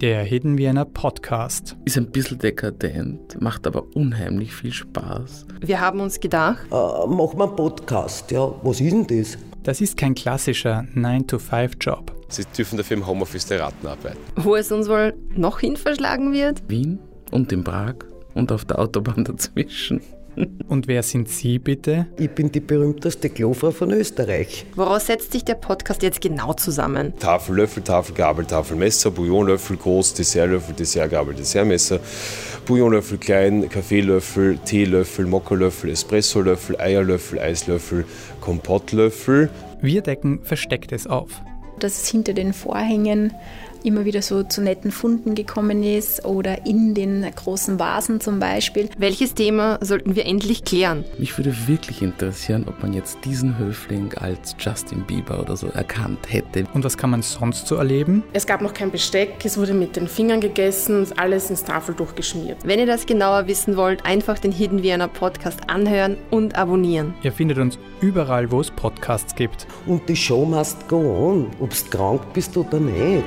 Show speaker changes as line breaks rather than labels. Der Hidden Vienna Podcast.
Ist ein bisschen dekadent, macht aber unheimlich viel Spaß.
Wir haben uns gedacht,
Äh, mach mal einen Podcast, ja. Was ist denn das?
Das ist kein klassischer 9-to-5-Job.
Sie dürfen dafür im Homeoffice der Raten arbeiten.
wo es uns wohl noch hin verschlagen wird.
Wien und in Prag und auf der Autobahn dazwischen.
Und wer sind Sie bitte?
Ich bin die berühmteste Klofrau von Österreich.
Woraus setzt sich der Podcast jetzt genau zusammen?
Tafel, Löffel, Tafel, Gabel, Tafel, Messer, Bouillonlöffel groß, Dessertlöffel, Dessertgabel, Dessertmesser, Bouillonlöffel klein, Kaffeelöffel, Teelöffel, Mokkalöffel, Espressolöffel, Eierlöffel, Eislöffel, Kompottlöffel.
Wir decken Verstecktes auf.
dass es hinter den Vorhängen immer wieder so zu netten Funden gekommen ist oder in den großen Vasen zum Beispiel.
Welches Thema sollten wir endlich klären?
Mich würde wirklich interessieren, ob man jetzt diesen Höfling als Justin Bieber oder so erkannt hätte.
Und was kann man sonst so erleben?
Es gab noch kein Besteck, es wurde mit den Fingern gegessen, alles ins Tafeltuch geschmiert.
Wenn ihr das genauer wissen wollt, einfach den Hidden Vienna Podcast anhören und abonnieren.
Ihr findet uns überall, wo es Podcasts gibt.
Und die Show must go on, ob's krank bist oder nicht.